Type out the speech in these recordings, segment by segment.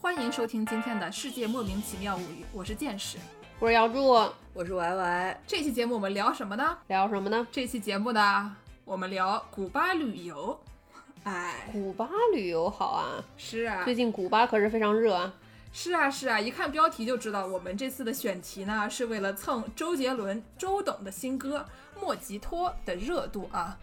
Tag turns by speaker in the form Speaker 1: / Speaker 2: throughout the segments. Speaker 1: 欢迎收听今天的《世界莫名其妙物语》，我是见识。
Speaker 2: 我是姚柱，
Speaker 3: 我是歪歪，
Speaker 1: 这期节目我们聊什么呢？
Speaker 2: 聊什么呢？
Speaker 1: 这期节目呢，我们聊古巴旅 游。哎，
Speaker 2: 古巴旅游好啊，
Speaker 1: 是啊，
Speaker 2: 最近古巴可是非常热啊。
Speaker 1: 是啊，是啊，一看标题就知道，我们这次的选题呢，是为了蹭周杰伦、周董的新歌《莫吉托》的热度啊，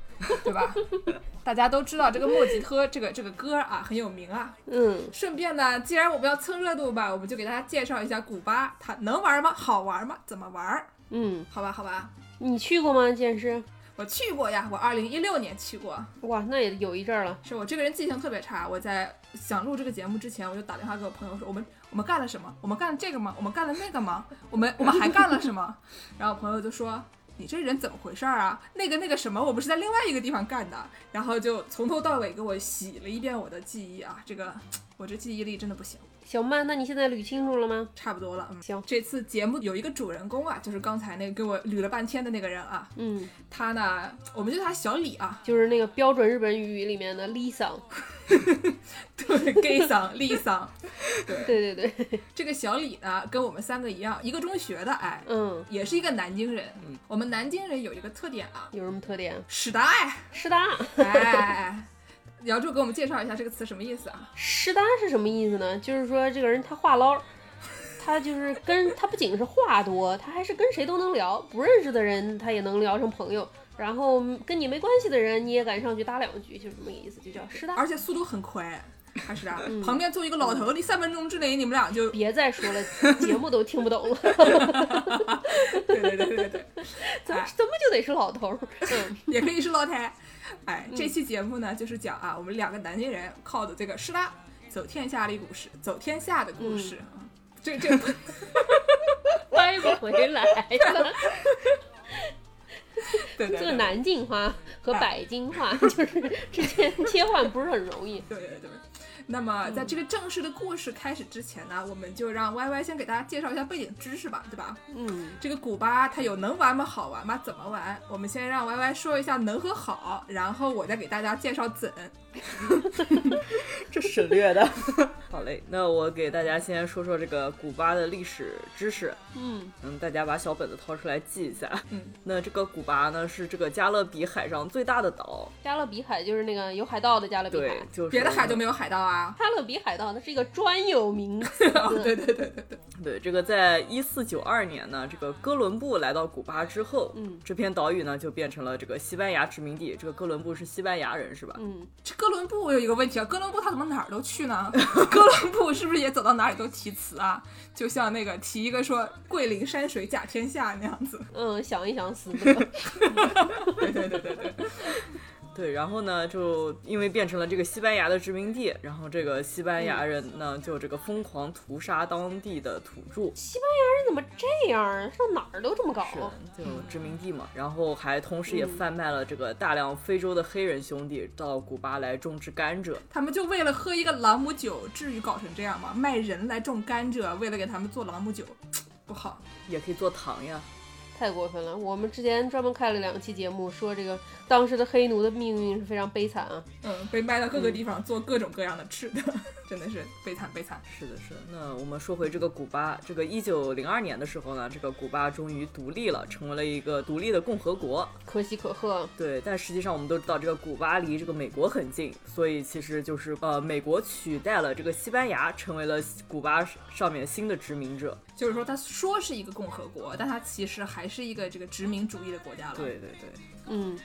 Speaker 1: 对吧？ 大家都知道这个《莫吉托》这个这个歌啊很有名啊。
Speaker 2: 嗯，
Speaker 1: 顺便呢，既然我们要蹭热度吧，我们就给大家介绍一下古巴，它能玩吗？好玩吗？怎么玩？
Speaker 2: 嗯，
Speaker 1: 好吧，好吧，
Speaker 2: 你去过吗？健师？
Speaker 1: 我去过呀，我二零一六年去过。
Speaker 2: 哇，那也有一阵儿了。
Speaker 1: 是我这个人记性特别差，我在想录这个节目之前，我就打电话给我朋友说，我们我们干了什么？我们干了这个吗？我们干了那个吗？我们我们还干了什么？然后我朋友就说。你这人怎么回事儿啊？那个那个什么，我们是在另外一个地方干的，然后就从头到尾给我洗了一遍我的记忆啊！这个我这记忆力真的不行，
Speaker 2: 小曼，那你现在捋清楚了吗？
Speaker 1: 差不多了。嗯，
Speaker 2: 行
Speaker 1: 这次节目有一个主人公啊，就是刚才那个给我捋了半天的那个人啊，
Speaker 2: 嗯，
Speaker 1: 他呢，我们就叫他小李啊，
Speaker 2: 就是那个标准日本语里面的 Lisa。
Speaker 1: 对，gay 桑、丽桑，对，
Speaker 2: 对对对，
Speaker 1: 这个小李呢，跟我们三个一样，一个中学的，哎，
Speaker 2: 嗯，
Speaker 1: 也是一个南京人。我们南京人有一个特点啊，
Speaker 2: 有什么特点？
Speaker 1: 屎的爱。
Speaker 2: 师大，啊
Speaker 1: 哎，姚柱给我们介绍一下这个词什么意思啊？
Speaker 2: 师大是什么意思呢？就是说这个人他话唠儿，他就是跟他不仅是话多，他还是跟谁都能聊，不认识的人他也能聊成朋友，然后跟你没关系的人你也敢上去搭两句，就是这么个意思，就叫师大。
Speaker 1: 而且速度很快，还是啊，
Speaker 2: 嗯
Speaker 1: 旁边坐一个老头，你三分钟之内你们俩就，
Speaker 2: 别再说了，节目都听不懂了，
Speaker 1: 对对对对对，
Speaker 2: 怎么怎么就得是老 头儿？嗯，
Speaker 1: 也可以是老太。哎，这期节目呢，就是讲啊，我们两个南京人靠的这个师大走天下的故事，走天下的故事
Speaker 2: 嗯
Speaker 1: 啊。这这
Speaker 2: 掰不回来了。
Speaker 1: 对对啊
Speaker 2: 这个
Speaker 1: 对
Speaker 2: 南京话和北京话就是之间 切换不是很容易。
Speaker 1: 对对对。那么，在这个正式的故事开始之前呢，我们就让 Y Y 先给大家介绍一下背景知识吧，对吧？
Speaker 2: 嗯，
Speaker 1: 这个古巴它有能玩吗？好玩吗？怎么玩？我们先让 Y Y 说一下能和好，然后我再给大家介绍怎。
Speaker 3: 这省略的。好嘞，那我给大家先说说这个古巴的历史知识。
Speaker 2: 嗯，
Speaker 3: 嗯，大家把小本子掏出来记一下。
Speaker 1: 嗯，
Speaker 3: 那这个古巴呢是这个加勒比海上最大的岛，
Speaker 2: 加勒比海就是那个有海盗的加勒比
Speaker 3: 对
Speaker 2: 海，，
Speaker 3: 就是
Speaker 1: 别的海都没有海盗 啊！
Speaker 2: 加勒比海盗那是一个专有名词。
Speaker 1: 对对对对对，
Speaker 3: 对，这个在一四九二年呢，这个哥伦布来到古巴之后，
Speaker 2: 嗯
Speaker 3: 这片岛屿呢就变成了这个西班牙殖民地。这个哥伦布是西班牙人是吧？
Speaker 2: 嗯，
Speaker 1: 这哥伦布有一个问题啊，哥伦布他怎么哪儿都去呢？哥伦布是不是也走到哪里都提词啊？就像那个提一个说“桂林山水甲天下”那样子。
Speaker 2: 嗯，想一想死不得。
Speaker 1: 对对对对对。
Speaker 3: 对，然后呢，就因为变成了这个西班牙的殖民地，然后这个西班牙人呢，就这个疯狂屠杀当地的土著，
Speaker 2: 这怎么这样啊？上哪儿都这么搞
Speaker 3: 是。啊就殖民地嘛，然后还同时也贩卖了这个大量非洲的黑人兄弟到古巴来种植甘蔗，
Speaker 1: 他们就为了喝一个朗姆酒，至于搞成这样吗？卖人来种甘蔗，为了给他们做朗姆酒，不好。
Speaker 3: 也可以做糖呀。
Speaker 2: 太过分了！我们之前专门开了两期节目，说这个当时的黑奴的命运是非常悲惨啊。
Speaker 1: 嗯，被卖到各个地方做各种各样的吃的， 真的是悲惨悲惨。
Speaker 3: 是的，是的。那我们说回这个古巴，这个一九零二年的时候呢，这个古巴终于独立了，成为了一个独立的共和国。
Speaker 2: 可喜可贺，啊
Speaker 3: 对，但实际上我们都知道，这个古巴离这个美国很近，所以其实就是呃，美国取代了这个西班牙，成为了古巴上面新的殖民者。
Speaker 1: 就是说，他说是一个共和国，但他其实还是一个这个殖民主义的国家了。，
Speaker 3: 对对对。
Speaker 2: 嗯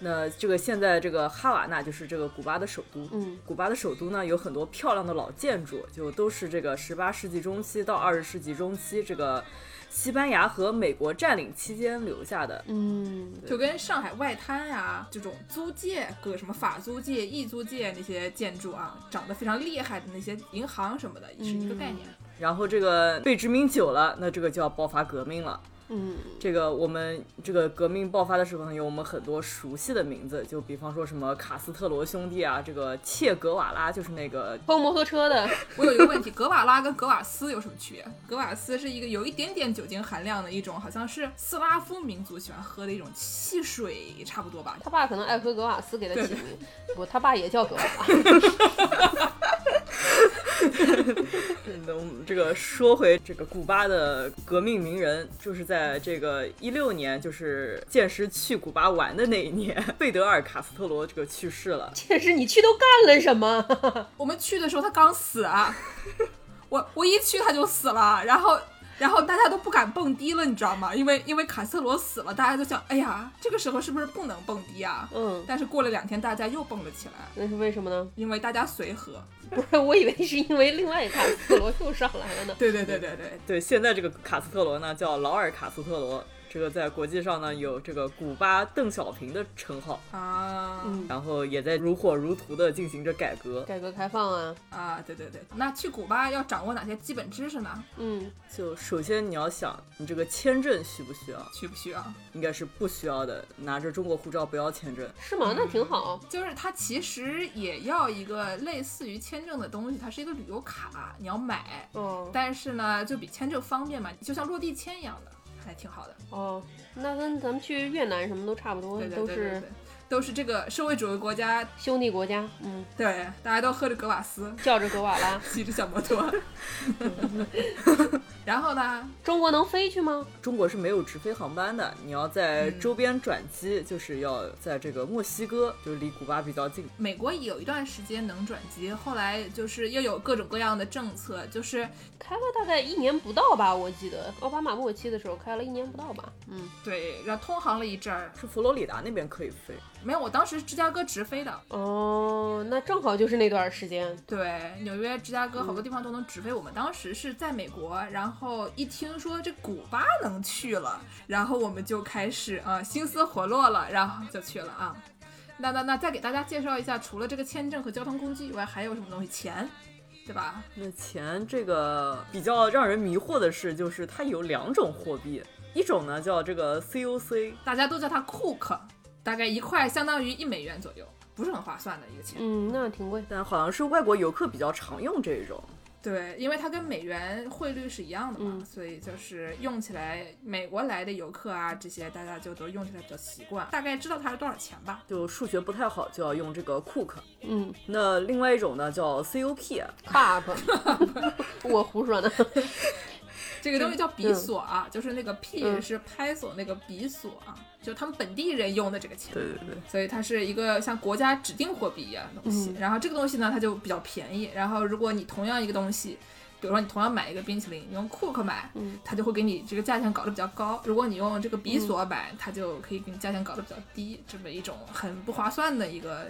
Speaker 3: 那这个现在这个哈瓦那就是这个古巴的首都。
Speaker 2: 嗯，
Speaker 3: 古巴的首都呢有很多漂亮的老建筑，就都是这个十八世纪中期到二十世纪中期这个西班牙和美国占领期间留下的。
Speaker 2: 嗯，
Speaker 1: 就跟上海外滩呀、这种租界各什么法租界、异租界那些建筑啊，长得非常厉害的那些银行什么的，也是一个概念。
Speaker 3: 然后这个被殖民久了，那这个就要爆发革命了。
Speaker 2: 嗯，
Speaker 3: 这个我们这个革命爆发的时候呢，有我们很多熟悉的名字，就比方说什么卡斯特罗兄弟啊，这个切格瓦拉就是那个
Speaker 2: 偷摩托车的，
Speaker 1: 我有一个问题，格瓦拉跟格瓦斯有什么区别？格瓦斯是一个有一点点酒精含量的一种，好像是斯拉夫民族喜欢喝的一种汽水，差不多吧。
Speaker 2: 他爸可能爱喝格瓦斯给他起名，不，他爸也叫格瓦拉，
Speaker 3: 那我们这个说回这个古巴的革命名人，就是在这个一六年，就是剑师去古巴玩的那一年，贝德尔·卡斯特罗这个去世了。
Speaker 2: 这是你去都干了什么？
Speaker 1: 我们去的时候他刚死啊，我我一去他就死了，然后然后大家都不敢蹦迪了，你知道吗？因为因为卡斯特罗死了，大家都想，哎呀，这个时候是不是不能蹦迪啊？
Speaker 2: 嗯，
Speaker 1: 但是过了两天，大家又蹦了起来，
Speaker 2: 那是为什么呢？
Speaker 1: 因为大家随和。
Speaker 2: 不是，我以为是因为另外一 卡斯特罗又上来了呢。
Speaker 1: 对对对对对，
Speaker 3: 对，现在这个卡斯特罗呢叫劳尔·卡斯特罗，这个在国际上呢有这个古巴邓小平的称号，
Speaker 1: 啊、
Speaker 2: 嗯，
Speaker 3: 然后也在如火如荼的进行着改革。
Speaker 2: 改革开放啊，
Speaker 1: 啊，对对对。那去古巴要掌握哪些基本知识呢？
Speaker 2: 嗯，
Speaker 3: 就首先你要想，你这个签证需不需要？
Speaker 1: 需不需要？
Speaker 3: 应该是不需要的，拿着中国护照不要签证。
Speaker 2: 是吗？那挺好。
Speaker 1: 就是它其实也要一个类似于签证的东西，它是一个旅游卡，你要买，
Speaker 2: 哦
Speaker 1: 但是呢，就比签证方便嘛，就像落地签一样的，还挺好的。
Speaker 2: 哦，那跟咱们去越南什么都差不多，
Speaker 1: 对对
Speaker 2: 都
Speaker 1: 对对对
Speaker 2: 是
Speaker 1: 对，都是这个社会主义国家，
Speaker 2: 兄弟国家，嗯，
Speaker 1: 对，大家都喝着格瓦斯，
Speaker 2: 叫着格瓦拉。
Speaker 1: 骑着小摩托。 然后呢，
Speaker 2: 中国能飞去吗？
Speaker 3: 中国是没有直飞航班的，你要在周边转机，就是要在这个墨西哥，就是离古巴比较近。
Speaker 1: 美国有一段时间能转机，后来就是又有各种各样的政策，就是
Speaker 2: 开了大概一年不到吧，我记得奥巴马末期的时候开了一年不到吧。嗯，
Speaker 1: 对，然后通航了一阵儿。
Speaker 3: 是佛罗里达那边可以飞，
Speaker 1: 没有，我当时芝加哥直飞的，
Speaker 2: 哦，那正好就是那段时间。
Speaker 1: 对，纽约、芝加哥好多地方都能直飞。我们当时是在美国，然后一听说这古巴能去了，然后我们就开始啊、呃心思活络了，然后就去了啊。那那那再给大家介绍一下，除了这个签证和交通工具以外，还有什么东西？钱，对吧？
Speaker 3: 那钱这个比较让人迷惑的是，就是它有两种货币，一种呢叫这个 COC，
Speaker 1: 大家都叫它 cook，大概一块相当于一美元左右，不是很划算的一个钱。
Speaker 2: 嗯，那挺贵。
Speaker 3: 但好像是外国游客比较常用这种。
Speaker 1: 对，因为它跟美元汇率是一样的嘛，
Speaker 2: 嗯
Speaker 1: 所以就是用起来，美国来的游客啊，这些大家就都用起来比较习惯，大概知道它是多少钱吧。
Speaker 3: 就数学不太好，就要用这个 Cook。
Speaker 2: 嗯
Speaker 3: 那另外一种呢叫 COP，
Speaker 2: ，cup，我胡说呢。
Speaker 1: 这个东西叫比
Speaker 2: 嗯
Speaker 1: 索啊，就是那个 P
Speaker 2: 嗯
Speaker 1: 是拍索那个比索啊，就他们本地人用的这个钱。
Speaker 3: 对对对，
Speaker 1: 所以它是一个像国家指定货币一样的东西。
Speaker 2: 嗯
Speaker 1: 然后这个东西呢，它就比较便宜。然后如果你同样一个东西，比如说你同样买一个冰淇淋，你用 Cook 买，
Speaker 2: 嗯
Speaker 1: 它就会给你这个价钱搞得比较高；如果你用这个比索买，它就可以给你价钱搞得比较低。这么一种很不划算的一个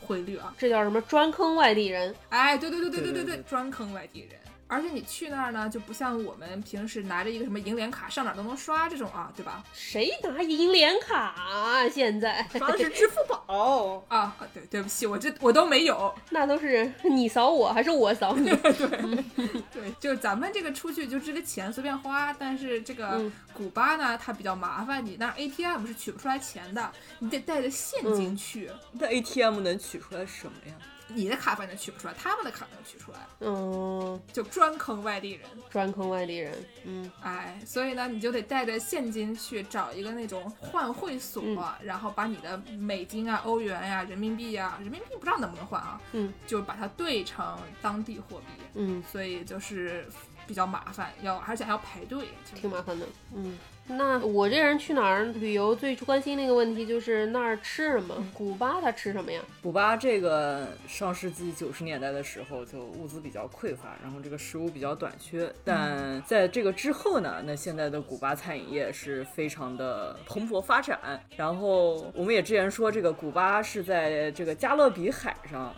Speaker 1: 汇率啊！
Speaker 2: 这叫什么？专坑外地人。
Speaker 1: 哎，对对对对对
Speaker 3: 对
Speaker 1: 对对，
Speaker 3: 对对
Speaker 1: 专坑外地人。而且你去那儿呢，就不像我们平时拿着一个什么银联卡上哪儿都能刷这种啊，对吧？
Speaker 2: 谁拿银联卡啊？现在
Speaker 3: 刷的是支付宝。
Speaker 1: 啊，啊对，对不起，我这我都没有。
Speaker 2: 那都是你扫我还是我扫你？
Speaker 1: 对，就是咱们这个出去就这个钱随便花，但是这个
Speaker 2: 嗯
Speaker 1: 古巴呢，它比较麻烦，你那儿 ATM 是取不出来钱的，你得带着现
Speaker 2: 嗯
Speaker 1: 金去，
Speaker 3: 那 ATM 能取出来什么呀？
Speaker 1: 你的卡反正取不出来，他们的卡能取出来，
Speaker 2: 嗯，
Speaker 1: 就专坑外地人。
Speaker 2: 专坑外地人。嗯，
Speaker 1: 哎，所以呢，你就得带着现金去找一个那种换汇所，
Speaker 2: 嗯
Speaker 1: 然后把你的美金啊、欧元呀、人民币呀、人民币不知道能不能换啊，
Speaker 2: 嗯，
Speaker 1: 就把它兑成当地货币，
Speaker 2: 嗯，
Speaker 1: 所以就是比较麻烦，要而且还要排队，就是
Speaker 2: 挺麻烦的。嗯，那我这人去哪儿旅游最关心的一个问题就是那儿吃什么？古巴它吃什么呀？
Speaker 3: 古巴这个上世纪九十年代的时候，就物资比较匮乏，然后这个食物比较短缺。但在这个之后呢，那现在的古巴餐饮业是非常的蓬勃发展。然后我们也之前说，这个古巴是在这个加勒比海上，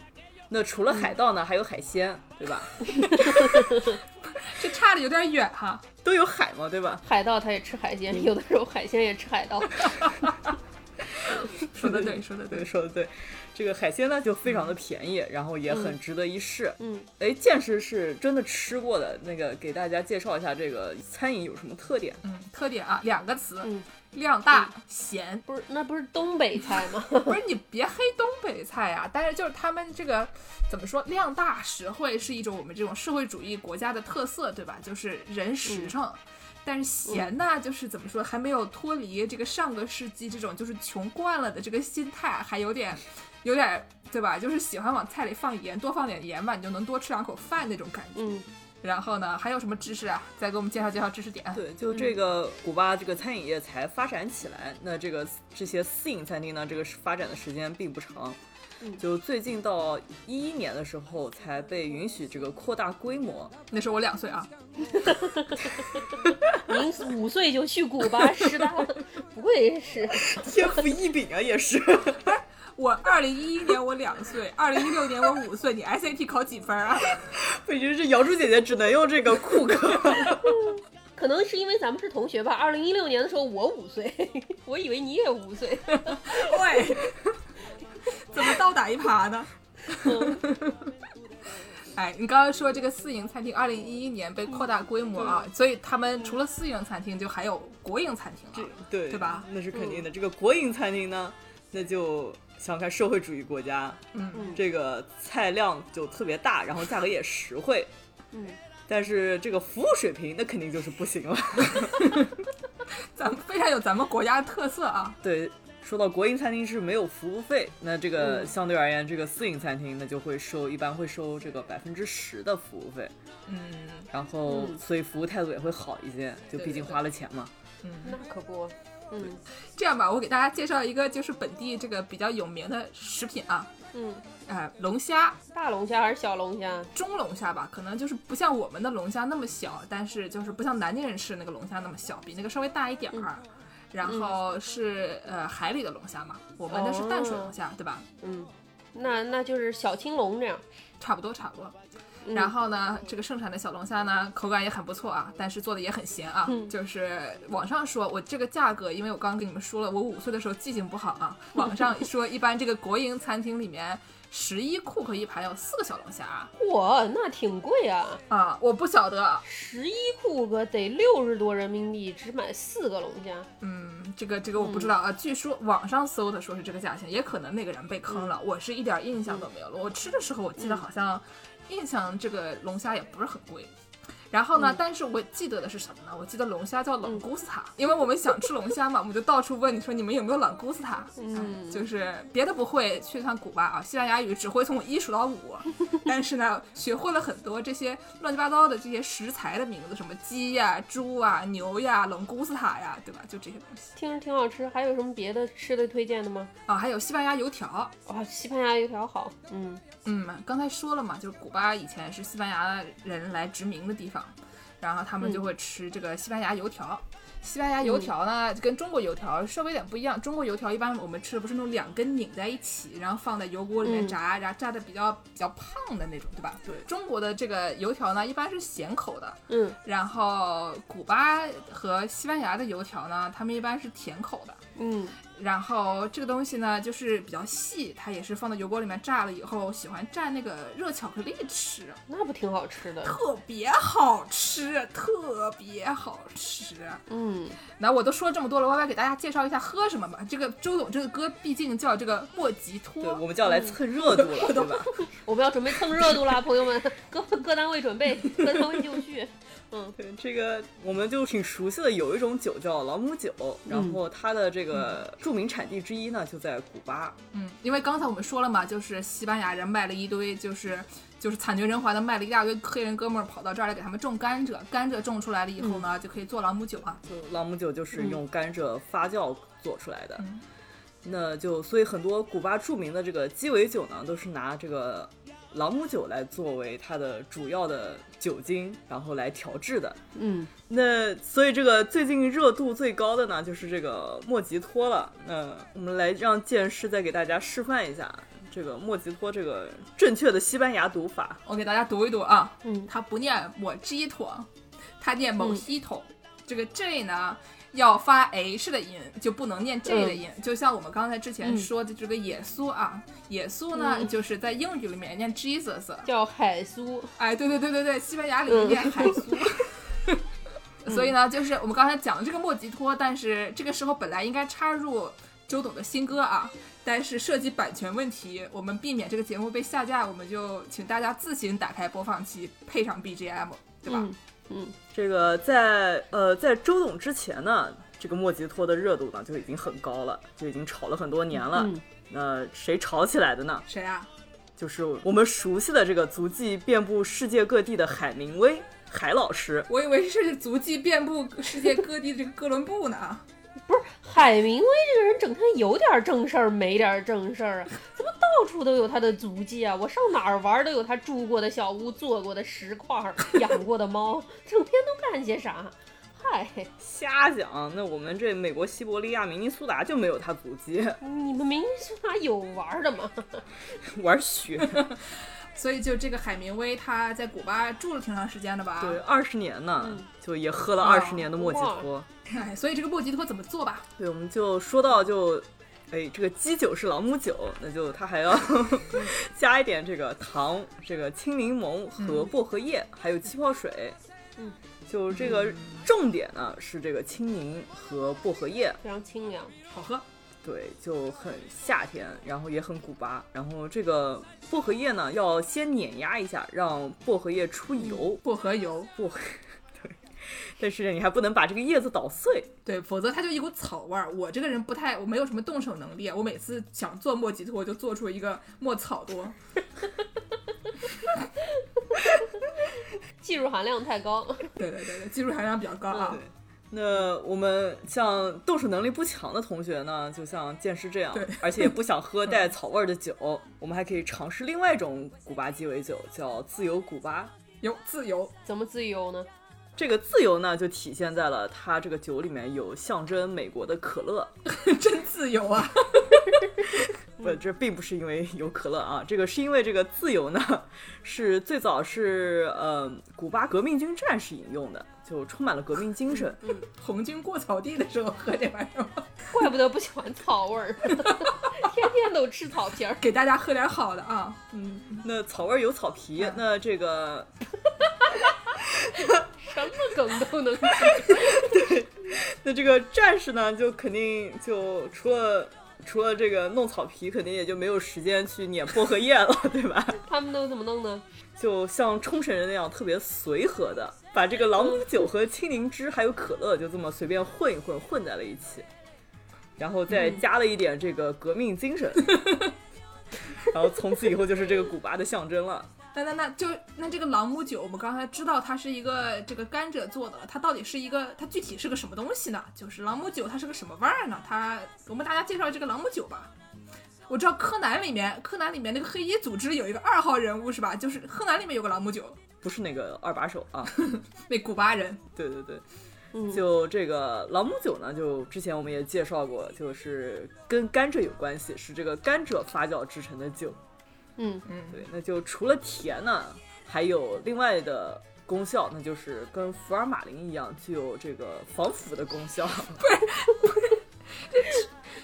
Speaker 3: 那除了海盗呢，还有海鲜，对吧？
Speaker 1: 这差的有点远哈、
Speaker 3: 都有海嘛，对吧？
Speaker 2: 海盗它也吃海鲜，有的时候海鲜也吃海 盗。
Speaker 1: 说的 对，说的
Speaker 3: 对，
Speaker 1: 对。
Speaker 3: 说的对。这个海鲜呢就非常的便宜，然后也很值得一试。
Speaker 2: 嗯，
Speaker 3: 哎，剑师是真的吃过的，那个给大家介绍一下这个餐饮有什么特点。
Speaker 1: 嗯，特点啊，两个词，
Speaker 2: 嗯
Speaker 1: 量大、咸。
Speaker 2: 不是，那不是东北菜吗？
Speaker 1: 不是你别黑东北菜啊，但是就是他们这个怎么说，量大实惠是一种我们这种社会主义国家的特色，对吧？就是人实
Speaker 2: 嗯
Speaker 1: 诚。但是咸呢，就是怎么说，还没有脱离这个上个世纪这种就是穷惯了的这个心态，还有点有点儿对吧？就是喜欢往菜里放盐，多放点盐吧，你就能多吃两口饭那种感觉。
Speaker 2: 嗯，
Speaker 1: 然后呢，还有什么知识啊？再给我们介绍介绍知识点。
Speaker 3: 对，就这个古巴这个餐饮业才发展起来，那这个这些私营餐厅呢，这个是发展的时间并不长
Speaker 2: 嗯。
Speaker 3: 就最近到一一年的时候，才被允许这个扩大规模。
Speaker 1: 那时候我两岁啊，
Speaker 2: 您五岁就去古巴师大了， 不愧是
Speaker 3: 天赋异禀啊，也是。
Speaker 1: 我二零一一年我两岁，二零一六年我五岁，你 SAT 考几分啊？
Speaker 3: 我觉得这瑶柱姐姐只能用这个酷哥。
Speaker 2: 可能是因为咱们是同学吧。二零一六年的时候我五岁， 我以为你也五岁。
Speaker 1: 喂， 怎么倒打一耙呢？
Speaker 2: 嗯
Speaker 1: 哎，你刚刚说这个私营餐厅，二零一一年被扩大规模啊，所以他们除了私营餐厅，就还有国营餐厅了。
Speaker 3: 对
Speaker 1: 对吧？
Speaker 3: 那是肯定的。这个国营餐厅呢，那就想看社会主义国家，
Speaker 1: 嗯，
Speaker 2: 嗯
Speaker 3: 这个菜量就特别大，然后价格也实惠。
Speaker 2: 嗯，
Speaker 3: 但是这个服务水平那肯定就是不行了。
Speaker 1: 咱们非常有咱们国家的特色啊。
Speaker 3: 对，说到国营餐厅是没有服务费，那这个
Speaker 2: 嗯
Speaker 3: 相对而言，这个私营餐厅那就会收，一般会收这个百分之十的服务费，
Speaker 1: 嗯
Speaker 3: 然后
Speaker 2: 嗯
Speaker 3: 所以服务态度也会好一些，就
Speaker 1: 对
Speaker 3: 毕竟
Speaker 1: 对对
Speaker 3: 花了钱嘛。
Speaker 1: 嗯，
Speaker 2: 那可不，嗯
Speaker 1: 这样吧，我给大家介绍一个就是本地这个比较有名的食品啊，
Speaker 2: 嗯，
Speaker 1: 哎，龙虾，
Speaker 2: 大龙虾还是小龙虾？
Speaker 1: 中龙虾吧，可能就是不像我们的龙虾那么小，但是就是不像南京人吃的那个龙虾那么小，比那个稍微大一点儿。
Speaker 2: 嗯
Speaker 1: 然后是呃海里的龙虾嘛，我们的是淡水龙虾，对吧？
Speaker 2: 嗯，那那就是小青龙那样。
Speaker 1: 差不多差不多。
Speaker 2: 嗯
Speaker 1: 然后呢，这个盛产的小龙虾呢，口感也很不错啊，但是做的也很咸啊。
Speaker 2: 嗯
Speaker 1: 就是网上说我这个价格，因为我刚刚跟你们说了，我五岁的时候记性不好 啊。网上说一般这个国营餐厅里面，十一库克一盘有四个小龙虾啊
Speaker 2: 哇，那挺贵啊，
Speaker 1: 啊，我不晓得啊，
Speaker 2: 十一库克得六十多人民币，只买四个龙虾。
Speaker 1: 嗯，这个这个我不知道啊，据说网上搜的说是这个价钱，也可能那个人被坑
Speaker 2: 嗯
Speaker 1: 了，我是一点印象都没有了。我吃的时候我记得好像印象这个龙虾也不是很贵。然后呢？
Speaker 2: 嗯
Speaker 1: 但是我记得的是什么呢？我记得龙虾叫朗古斯塔，因为我们想吃龙虾嘛，我们就到处问你说你们有没有朗古斯塔？
Speaker 2: 嗯
Speaker 1: 哎就是别的不会，去趟古巴啊，西班牙语只会从一数到 五，但是呢，学会了很多这些乱七八糟的这些食材的名字，什么鸡呀、猪啊、牛呀、冷古斯塔呀，对吧？就这些东西
Speaker 2: 听着挺好吃，还有什么别的吃的推荐的吗？
Speaker 1: 啊，还有西班牙油条。
Speaker 2: 啊、西班牙油条好，嗯
Speaker 1: 嗯，刚才说了嘛，就是古巴以前是西班牙人来殖民的地方，然后他们就会吃这个西班牙油条。西班牙油条呢，就跟中国油条稍微有点不一样。中国油条一般我们吃的不是那种两根拧在一起，然后放在油锅里面
Speaker 2: 嗯
Speaker 1: 炸，然后炸的比较比较胖的那种，对吧？
Speaker 3: 对
Speaker 1: 中国的这个油条呢，一般是咸口的，
Speaker 2: 嗯
Speaker 1: 然后古巴和西班牙的油条呢，他们一般是甜口的。
Speaker 2: 嗯
Speaker 1: 然后这个东西呢，就是比较细，它也是放到油锅里面炸了以后，喜欢蘸那个热巧克力吃，
Speaker 2: 那不挺好吃的？
Speaker 1: 特别好吃，特别好吃。
Speaker 2: 嗯，
Speaker 1: 那我都说这么多了，歪歪给大家介绍一下喝什么吧。这个周董这个歌毕竟叫这个莫吉
Speaker 3: 对，我
Speaker 1: 托，
Speaker 3: 们就要来蹭热度
Speaker 1: 嗯
Speaker 3: 了，对 吧？
Speaker 2: 我们要准备蹭热度啦，朋友们， 各各单位准备，各单位就绪。嗯
Speaker 3: 对，这个我们就挺熟悉的，有一种酒叫朗姆酒，
Speaker 1: 嗯
Speaker 3: 然后它的这个著名产地之一呢就在古巴。
Speaker 1: 嗯，因为刚才我们说了嘛，就是西班牙人卖了一堆，就是就是惨绝人寰的卖了一大堆黑人哥们儿跑到这儿来给他们种甘蔗，甘蔗种出来了以后呢，
Speaker 3: 嗯
Speaker 1: 就可以做朗姆酒啊。
Speaker 3: 就朗姆酒就是用甘蔗发酵做出来的。
Speaker 1: 嗯
Speaker 3: 那就所以很多古巴著名的这个鸡尾酒呢，都是拿这个朗姆酒来作为它的主要的酒精，然后来调制的。
Speaker 2: 嗯
Speaker 3: 那所以这个最近热度最高的呢，就是这个莫吉托了。那我们来让剑师再给大家示范一下这个莫吉托这个正确的西班牙读法。
Speaker 1: 我给大家读一读啊，
Speaker 2: 嗯
Speaker 1: 它不念抹鸡托，它念某西托。
Speaker 2: 嗯
Speaker 1: 这个 J 呢，要发 H 的音，就不能念 J 的音。就像我们刚才之前
Speaker 2: 嗯
Speaker 1: 说的这个耶稣啊，耶稣呢，
Speaker 2: 嗯
Speaker 1: 就是在英语里面念 Jesus。
Speaker 2: 叫海苏，
Speaker 1: 哎，对对对对对，西班牙里面念海 苏。所以呢，就是我们刚才讲的这个莫吉托，但是这个时候本来应该插入周董的新歌啊，但是涉及版权问题，我们避免这个节目被下架，我们就请大家自行打开播放器，配上 BGM，对吧？
Speaker 2: 嗯嗯
Speaker 3: 这个在呃在周董之前呢，这个莫吉托的热度呢就已经很高了，就已经炒了很多年了。
Speaker 2: 嗯
Speaker 3: 那谁炒起来的呢？
Speaker 1: 谁啊？
Speaker 3: 就是我们熟悉的这个足迹遍布世界各地的海明威海老师。
Speaker 1: 我以为是足迹遍布世界各地这个哥伦布呢。啊
Speaker 2: 不是海明威这个人，整天有点正事儿，没点正事儿啊，怎么到处都有他的足迹啊？我上哪儿玩儿都有他住过的小屋、坐过的石块儿、养过的猫，整天都干些啥？嗨，
Speaker 3: 瞎讲，那我们这美国西伯利亚明尼苏达就没有他足迹，
Speaker 2: 你们明星哪有玩儿的吗？
Speaker 3: 玩雪。
Speaker 1: 所以就这个海明威，他在古巴住了挺长时间的吧？
Speaker 3: 对，。二十年呢，
Speaker 2: 嗯
Speaker 3: 就也喝了
Speaker 1: 哇
Speaker 3: 二十年的莫吉托。
Speaker 1: 哎，所以这个莫吉托怎么做吧？
Speaker 3: 对，我们就说到就，哎，这个基酒是朗姆酒，那就它还要 加一点这个糖、这个青柠檬和薄荷叶，还有气泡水。
Speaker 2: 嗯，
Speaker 3: 就这个重点呢是这个青柠和薄荷叶，
Speaker 2: 非常清凉，
Speaker 1: 好喝。
Speaker 3: 对，就很夏天，然后也很古巴。然后这个薄荷叶呢要先碾压一下，让薄荷叶出油。
Speaker 1: 薄荷油，
Speaker 3: 薄荷， 对，但是你还不能把这个叶子捣碎。
Speaker 1: 对，否则它就一股草味儿。我这个人不太，我没有什么动手能力，啊我每次想做莫吉托，我就做出一个莫草多。
Speaker 2: 技术含量太高。
Speaker 1: 对对对对，技术含量比较高啊。
Speaker 3: 对那我们像动手能力不强的同学呢，就像剑师这样
Speaker 1: 对，嗯
Speaker 3: 而且也不想喝带草味儿的酒，我们还可以尝试另外一种古巴鸡尾酒，叫自由古巴。
Speaker 1: 有自由，
Speaker 2: 怎么自由呢？
Speaker 3: 这个自由呢，就体现在了它这个酒里面有象征美国的可乐，
Speaker 1: 真自由啊！嗯
Speaker 3: 不，这并不是因为有可乐啊，这个是因为这个自由呢，是最早是呃古巴革命军战士饮用的，就充满了革命精神。
Speaker 1: 红军过草地的时候喝这玩意儿吗，
Speaker 2: 怪不得不喜欢草味儿， 天天都吃草皮儿。
Speaker 1: 给大家喝点好的啊。嗯，
Speaker 3: 那草味儿有草皮，那这个
Speaker 2: 什么梗都能吃。
Speaker 3: 那这个战士呢，就肯定就除了除了这个弄草皮，肯定也就没有时间去碾薄荷叶了，对吧？
Speaker 2: 他们都怎么弄呢？
Speaker 3: 就像冲绳人那样特别随和的，把这个朗姆酒和青柠汁还有可乐就这么随便混一混，混在了一起，然后再加了一点这个革命精神，然后从此以后就是这个古巴的象征了。
Speaker 1: 那那那就那这个朗姆酒，我们刚才知道它是一个这个甘蔗做的，它到底是一个它具体是个什么东西呢？就是朗姆酒它是个什么味儿呢？它我们大家介绍这个朗姆酒吧。我知道柯南里面，柯南里面那个黑衣组织有一个二号人物是吧？就是柯南里面有个朗姆酒，
Speaker 3: 不是那个二把手啊，
Speaker 1: 那古巴人，
Speaker 3: 对对对，
Speaker 2: 嗯，
Speaker 3: 就这个朗姆酒呢，就之前我们也介绍过，就是跟甘蔗有关系，是这个甘蔗发酵制成的酒。
Speaker 2: 嗯，
Speaker 1: 嗯，
Speaker 3: 对，那就除了甜呢，还有另外的功效，那就是跟福尔马林一样，具有这个防腐的功效。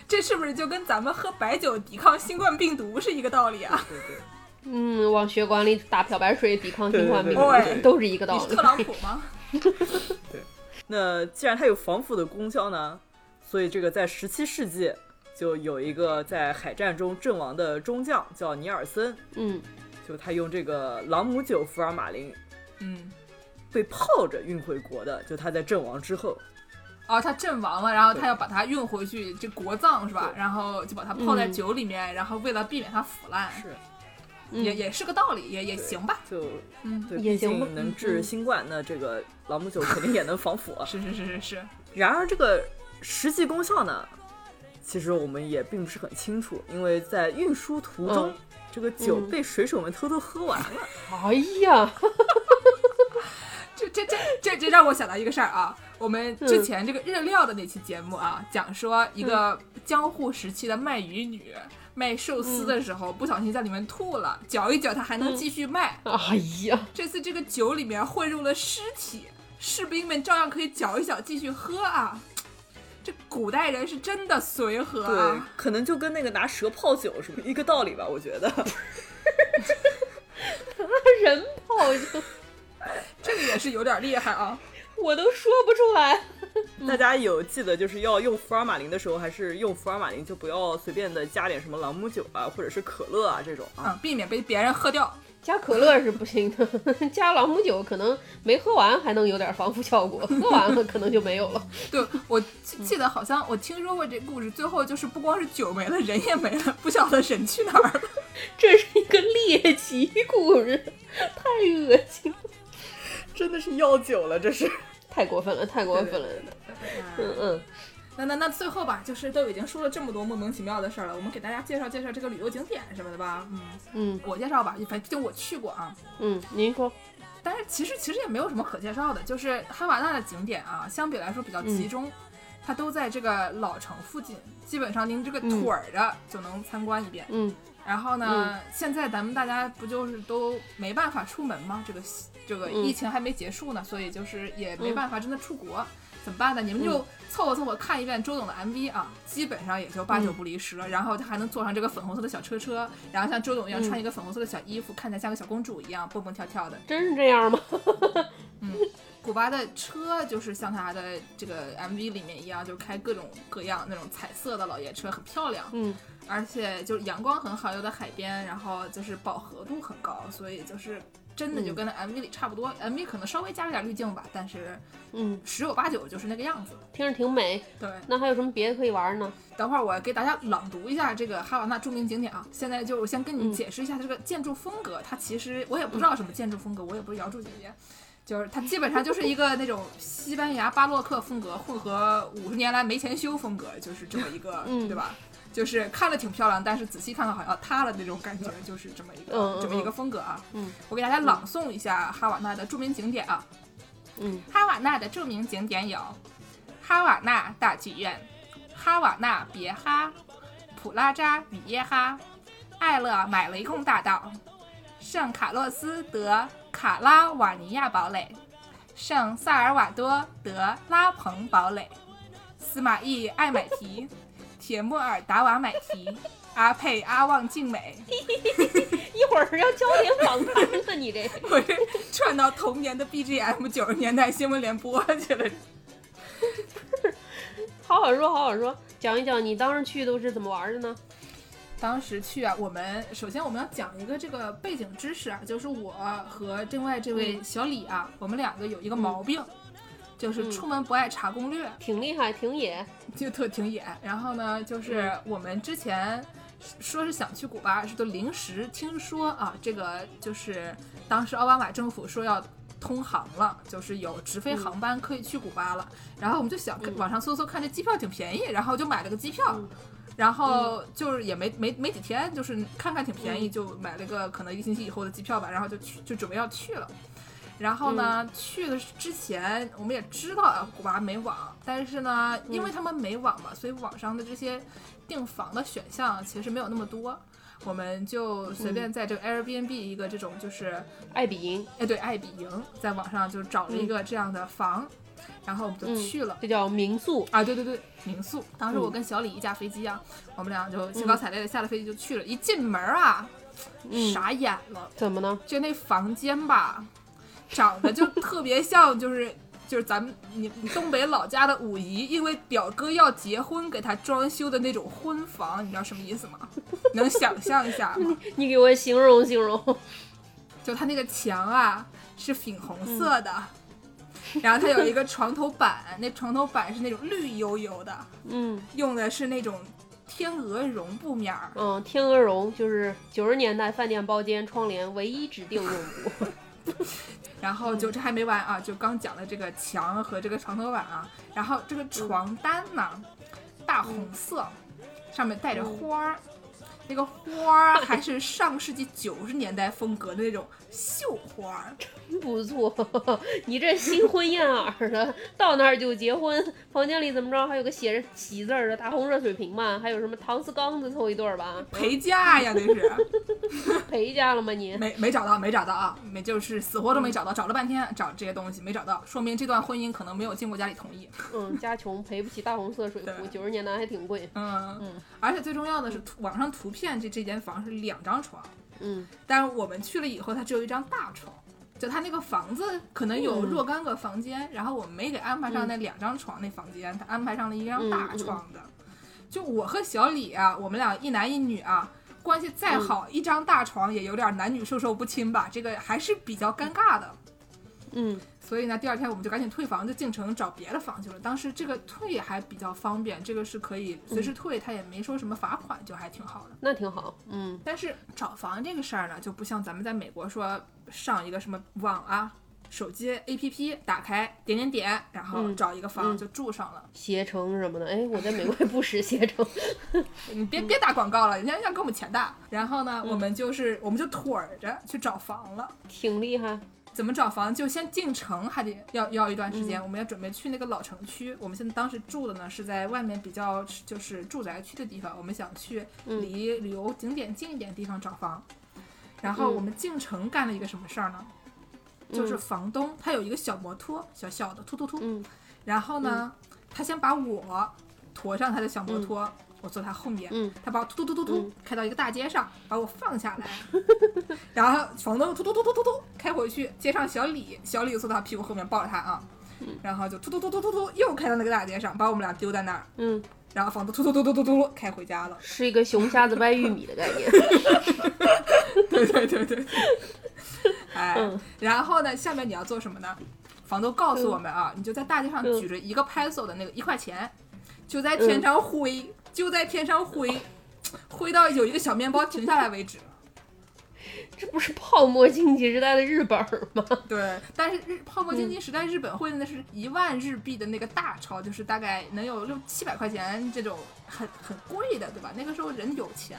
Speaker 1: 这是不是就跟咱们喝白酒抵抗新冠病毒是一个道理啊？
Speaker 3: 对对，
Speaker 2: 嗯，往血管里打漂白水抵抗新冠病
Speaker 1: 对对对
Speaker 2: 毒，都是一个道
Speaker 1: 你是
Speaker 2: 理
Speaker 1: 特。朗普吗？
Speaker 3: 那既然它有防腐的功效呢，所以这个在十七世纪就有一个在海战中阵亡的中将叫尼尔森，
Speaker 2: 嗯，
Speaker 3: 就他用这个朗姆酒福尔马林
Speaker 1: 嗯，
Speaker 3: 被泡着运回国的，就他在阵亡之后，
Speaker 1: 哦，他阵亡了，然后他
Speaker 3: 对
Speaker 1: 要把它运回去，这国葬是吧？
Speaker 3: 对
Speaker 1: 然后就把它泡在
Speaker 2: 嗯
Speaker 1: 酒里面，然后为了避免它腐烂，
Speaker 3: 是
Speaker 2: 嗯
Speaker 1: 也也是个道理，也也
Speaker 3: 对
Speaker 1: 行吧。
Speaker 3: 就
Speaker 1: 嗯，
Speaker 3: 对，
Speaker 2: 也
Speaker 3: 毕
Speaker 2: 行吧
Speaker 3: 竟能治
Speaker 2: 嗯
Speaker 3: 新冠，那这个朗姆酒肯定也能防腐。
Speaker 1: 是是是是是，
Speaker 3: 然而，这个实际功效呢，其实我们也并不是很清楚，因为在运输途中，
Speaker 2: 嗯
Speaker 3: 这个酒
Speaker 2: 嗯
Speaker 3: 被水手们偷偷喝完了。
Speaker 2: 哎呀，
Speaker 1: 这这这这这让我想到一个事儿啊，我们之前这个日料的那期节目啊，
Speaker 3: 嗯
Speaker 1: 讲说一个江户时期的卖鱼女。卖寿司
Speaker 3: 嗯
Speaker 1: 的时候、不小心在里面吐了，搅一搅它还能继续卖。
Speaker 2: 哎呀，
Speaker 1: 这次这个酒里面混入了尸体，士兵们照样可以搅一搅继续喝啊。这古代人是真的随和
Speaker 3: 对
Speaker 1: 啊，，
Speaker 3: 可能就跟那个拿蛇泡酒是一个道理吧，我觉得。
Speaker 2: 人泡就
Speaker 1: 这个也是有点厉害啊。
Speaker 2: 我都说不出来。
Speaker 3: 大家有记得就是要用福尔马林的时候，还是用福尔马林，就不要随便的加点什么朗姆酒啊，或者是可乐啊这种啊。
Speaker 1: 嗯，避免被别人喝掉。
Speaker 2: 加可乐是不行的， 加朗姆酒可能没喝完还能有点防腐效果， 喝完了可能就没有了。
Speaker 1: 对我记记得好像我听说过这故事，最后就是不光是酒没了，人也没了，不晓得人去哪儿了。
Speaker 2: 这是一个猎奇故事， 太恶心了，
Speaker 3: 真的是药酒了，这是。
Speaker 2: 太过分了，太过分了。嗯嗯，
Speaker 1: 那那那最后吧，就是都已经说了这么多莫名其妙的事儿了，我们给大家介绍介绍这个旅游景点什么的吧。嗯，
Speaker 2: 嗯
Speaker 1: 我介绍吧，反正就我去过啊。
Speaker 2: 嗯，您说，
Speaker 1: 但是其实其实也没有什么可介绍的，就是哈瓦那的景点啊，相比来说比较
Speaker 2: 嗯
Speaker 1: 集中，它都在这个老城附近，基本上您这个
Speaker 2: 嗯
Speaker 1: 腿儿着就能参观一遍。
Speaker 2: 嗯
Speaker 1: 然后呢，现在咱们大家不就是都没办法出门吗？这个这个
Speaker 2: 嗯
Speaker 1: 疫情还没结束呢，所以就是也没
Speaker 2: 嗯
Speaker 1: 办法真的出国，怎么办呢？你们
Speaker 2: 嗯
Speaker 1: 就凑合凑合看一遍周董的 MV 啊，基本上也就
Speaker 2: 嗯
Speaker 1: 八九不离十了。然后他还能坐上这个粉红色的小车车，然后像周董一样
Speaker 2: 嗯
Speaker 1: 穿一个粉红色的小衣服，看起来像个小公主一样蹦蹦跳跳的。
Speaker 2: 真是这样吗？
Speaker 1: 古巴的车就是像他的这个 MV 里面一样，就是开各种各样那种彩色的老爷车，很漂亮。
Speaker 2: 嗯
Speaker 1: 而且就是阳光很好，又在海边，然后就是饱和度很高，所以就是真的就跟那 MV 里差不多。MV 可能稍微加了点滤镜吧，但是
Speaker 2: 嗯，
Speaker 1: 十有八九就是那个样子。
Speaker 2: 听着挺美。
Speaker 1: 对，
Speaker 2: 那还有什么别的可以玩呢？
Speaker 1: 等会儿我给大家朗读一下这个哈瓦那著名景点啊。现在就先跟你
Speaker 2: 嗯
Speaker 1: 解释一下这个建筑风格，它其实我也不知道什么建筑风格，我也不是瑶柱姐姐。就是它基本上就是一个那种西班牙巴洛克风格混合五十年来没钱修风格，就是这么一个，
Speaker 2: 嗯
Speaker 1: 对吧？就是看着挺漂亮，但是仔细看看好像塌了那种感觉，就是这么一个、
Speaker 2: 嗯嗯
Speaker 1: 这么一个风格啊。
Speaker 2: 嗯
Speaker 1: 我给大家朗诵一下哈瓦那的著名景点啊。
Speaker 2: 嗯
Speaker 1: 哈瓦那的著名景点有哈瓦那大剧院、哈瓦那别哈、普拉扎与耶哈、艾勒买雷贡大道、圣卡洛斯德卡拉瓦尼亚堡垒、圣萨尔瓦多德拉蓬堡垒、司马懿艾买提、铁木尔达瓦买提、阿佩阿旺静美。
Speaker 2: 一会儿要焦点访谈的，你 这
Speaker 1: 我是串到童年的 BGM 九十年代新闻联播去了。
Speaker 2: 好好说，好好说，讲一讲你当时去都是怎么玩的呢？
Speaker 1: 当时去啊，我们首先我们要讲一个这个背景知识啊，就是我和另外这位小李啊，我们两个有一个毛病，就是出门不爱查攻略，
Speaker 2: 挺厉害，挺野。
Speaker 1: 就特挺野。然后呢，就是我们之前说是想去古巴，是都临时听说啊，这个就是当时奥巴马政府说要。通航了，就是有直飞航班可以去古巴了。然后我们就想
Speaker 2: 嗯
Speaker 1: 网上搜搜看，这机票挺便宜，然后就买了个机票。
Speaker 2: 嗯
Speaker 1: 然后就是也没没没几天，就是看看挺便
Speaker 2: 嗯
Speaker 1: 宜，就买了一个可能一个星期以后的机票吧，然后就去就准备要去了。然后呢，去的之前我们也知道啊，古巴没网，但是呢，因为他们没网嘛，所以网上的这些订房的选项其实没有那么多。我们就随便在这个 Airbnb 一个这种就是，
Speaker 2: 爱彼迎，
Speaker 1: 哎对，爱彼迎，在网上就找了一个这样的房，然后我们就
Speaker 2: 嗯
Speaker 1: 去了。
Speaker 2: 这叫民宿。
Speaker 1: 啊，对对对，民宿。嗯当时我跟小李一架飞机啊，我们俩就兴高采烈的下了飞机就去了。一进门啊，
Speaker 2: 嗯
Speaker 1: 傻眼了，
Speaker 2: 怎么呢？
Speaker 1: 就那房间吧，长得就特别像就是。就是咱们你你东北老家的五姨，因为表哥要结婚，给他装修的那种婚房，你知道什么意思吗？能想象一下吗？
Speaker 2: 你给我形容形 容。
Speaker 1: 就它那个墙啊是粉红色的， 然后它有一个床头板，那床头板是那种绿油油的，
Speaker 2: 嗯
Speaker 1: 用的是那种天鹅绒布面儿，
Speaker 2: 嗯，天鹅绒就是九十年代饭店包间窗帘唯一指定用 途。
Speaker 1: 然后就这还没完啊，就刚讲的这个墙和这个床头板啊，然后这个床单呢、大红色，上面带着花儿。那个花儿还是上世纪九十年代风格的那种绣花儿，
Speaker 2: 不错， 你这新婚燕尔的，到那儿就结婚，房间里怎么着还有个写着“喜”字儿的大红热水瓶嘛，还有什么搪瓷缸子凑一对儿吧？
Speaker 1: 陪嫁呀那是，
Speaker 2: 陪嫁了吗你？
Speaker 1: 没没找到，没找到啊，没就是死活都没找到，找了半天找这些东西没找到，说明这段婚姻可能没有经过家里同意。
Speaker 2: 嗯，家穷赔不起大红色水壶，
Speaker 1: 对
Speaker 2: 九十年代还挺贵。
Speaker 1: 嗯，而且最重要的是，图网上图片这这间房是两张床，
Speaker 2: 嗯
Speaker 1: 但是我们去了以后，它只有一张大床，就它那个房子可能有
Speaker 2: 嗯
Speaker 1: 若干个房间，然后我们没给安排上那两张床那房间，他安排上了一张大床的。就我和小李啊，我们俩一男一女啊，关系再好，一张大床也有点男女授受不亲吧，这个还是比较尴尬的。
Speaker 2: 嗯，
Speaker 1: 所以呢，第二天我们就赶紧退房，就进城找别的房去了。当时这个退还比较方便，这个是可以随时退，他也没说什么罚款，就还挺好的。
Speaker 2: 那挺好。嗯，
Speaker 1: 但是找房这个事儿呢，就不像咱们在美国说上一个什么网啊。手机 APP 打开，点点点，然后
Speaker 2: 嗯
Speaker 1: 找一个房
Speaker 2: 嗯
Speaker 1: 就住上了。
Speaker 2: 携程什么的，哎，我在美国也不识携程。
Speaker 1: 你别
Speaker 2: 嗯
Speaker 1: 别打广告了，人家要给我们钱的。然后呢，我们就是我们就腿儿着去找房了。
Speaker 2: 挺厉害。
Speaker 1: 怎么找房？就先进城，还得要要一段时
Speaker 2: 嗯
Speaker 1: 间。我们要准备去那个老城区。我们现在当时住的呢是在外面比较就是住宅区的地方，我们想去离旅游景点近一点的地方找房。然后
Speaker 2: 嗯
Speaker 1: 我们进城干了一个什么事儿呢？就是房东他有一个小摩托，小小的突突突。
Speaker 2: 嗯
Speaker 1: 然后呢，他先把我驮上他的小摩托，我坐他后面，
Speaker 2: 嗯
Speaker 1: 他把我突突突突突
Speaker 2: 嗯
Speaker 1: 开到一个大街上，把我放下来，然后房东突突突突突突开回去，接上小李，小李坐他屁股后面抱着他啊，
Speaker 2: 嗯
Speaker 1: 然后就突突突突突突又开到那个大街上，把我们俩丢在那儿，
Speaker 2: 嗯，
Speaker 1: 然后房东突突突突突突开回家 了。
Speaker 2: 是一个熊瞎子掰玉米的概念。
Speaker 1: 对对对对，哎
Speaker 2: 嗯，
Speaker 1: 然后呢，下面你要做什么呢？房东告诉我们啊，你就在大街上
Speaker 2: 嗯
Speaker 1: 举着一个 peso 的那个一块钱，就在天上挥，就在天上挥，挥到有一个小面包停下来为止。
Speaker 2: 这不是泡沫经济时代的日本儿吗？
Speaker 1: 对，但是日泡沫经济时代日本汇的那是一万日币的那个大钞，就是大概能有六七百块钱这种很很贵的，对吧？那个时候人有钱，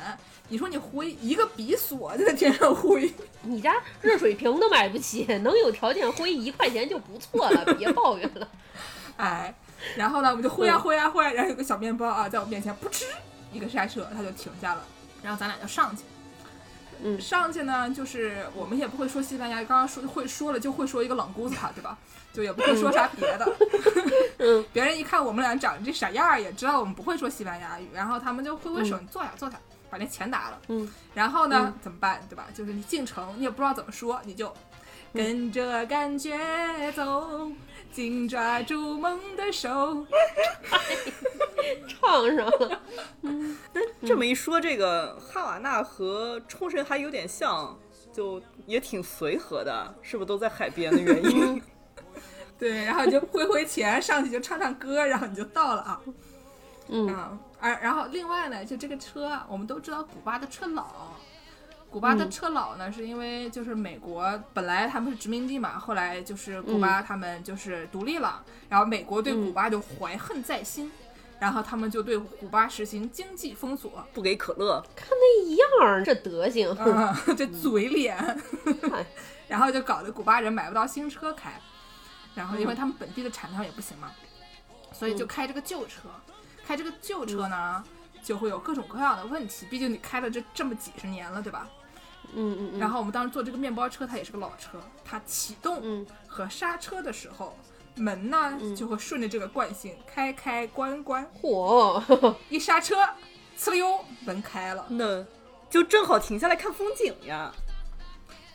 Speaker 1: 你说你挥一个比索就在天上挥，
Speaker 2: 你家热水瓶都买不起，能有条件挥一块钱就不错了，别抱怨了。
Speaker 1: 哎，然后呢，我们就挥啊
Speaker 2: 嗯
Speaker 1: 挥啊挥啊，然后有个小面包啊，在我面前噗嗤一个刹车，它就停下了，然后咱俩就上去。
Speaker 2: 嗯
Speaker 1: 上去呢，就是我们也不会说西班牙，刚刚说会说了，就会说一个冷姑子卡，对吧？就也不会说啥别的。
Speaker 2: 嗯，
Speaker 1: 别人一看我们俩长这傻样儿，也知道我们不会说西班牙语，然后他们就挥挥手，你坐下坐下，把那钱拿了。
Speaker 2: 嗯，
Speaker 1: 然后呢，怎么办，对吧？就是你进城，你也不知道怎么说，你就跟
Speaker 2: 嗯
Speaker 1: 着感觉走，紧抓住梦的手。
Speaker 2: 唱上了，
Speaker 3: 这么一说，这个哈瓦那和冲绳还有点像，就也挺随和的，是不是都在海边的原 因？
Speaker 1: 对，然后你就挥挥钱，上去就唱唱歌，然后你就到了啊。
Speaker 2: 嗯
Speaker 1: 嗯，而然后另外呢，就这个车，啊我们都知道古巴的车老，古巴的
Speaker 2: 嗯
Speaker 1: 车老呢，是因为就是美国本来他们是殖民地嘛，后来就是
Speaker 2: 嗯
Speaker 1: 古巴他们就是独立了，然后美国对古巴就怀恨在心，然后他们就对古巴实行经济封锁，
Speaker 3: 不给可乐，
Speaker 2: 一样儿这德行，
Speaker 1: 啊， 这
Speaker 2: 嗯
Speaker 1: 嘴脸
Speaker 2: 哎，
Speaker 1: 然后就搞得古巴人买不到新车开，然
Speaker 2: 嗯
Speaker 1: 后因为他们本地的产量也不行嘛，所以就开这个旧车，开这个旧
Speaker 2: 嗯
Speaker 1: 车呢。就会有各种各样的问题，毕竟你开了这这么几十年了，对吧？
Speaker 2: 嗯嗯嗯，
Speaker 1: 然后我们当时坐这个面包车，它也是个老车，它启动
Speaker 2: 嗯
Speaker 1: 和刹车的时候，门呢
Speaker 2: 嗯
Speaker 1: 就会顺着这个惯性开开关关，
Speaker 2: 嚯，
Speaker 1: 一刹车，呲溜，门开了。
Speaker 3: 那就正好停下来看风景 呀。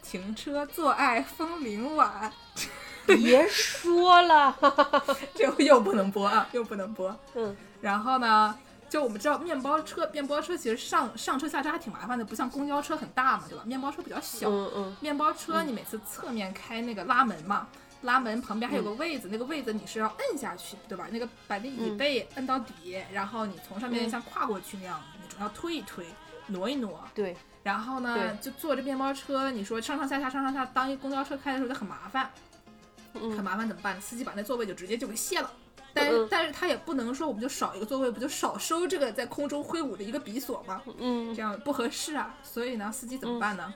Speaker 1: 停车坐爱枫林晚，
Speaker 2: 别说了，
Speaker 1: 这又不能播啊，又不能播。
Speaker 2: 嗯
Speaker 1: 然后呢，就我们知道面包车，面包车其实上上车下车还挺麻烦的，不像公交车很大嘛，对吧？面包车比较小，
Speaker 2: 嗯嗯
Speaker 1: 面包车你每次侧面开那个拉门嘛，拉门旁边还
Speaker 2: 嗯
Speaker 1: 有个位子，那个位子你是要摁下去，对吧？那个把那椅背摁到底，然后你从上面
Speaker 2: 嗯
Speaker 1: 像跨过去那样，你主要推一推，挪一挪。
Speaker 2: 对，
Speaker 1: 然后呢，
Speaker 2: 对
Speaker 1: 就坐着面包车，你说上上下下上上下，当一公交车开的时候就很麻烦。很
Speaker 2: 嗯
Speaker 1: 麻烦怎么办？司机把那座位就直接就给卸了。但是、
Speaker 2: 嗯
Speaker 1: 但是他也不能说我们就少一个座位，不就少收这个在空中挥舞的一个比索吗？
Speaker 2: 嗯
Speaker 1: 这样不合适啊。所以呢，司机怎么办呢？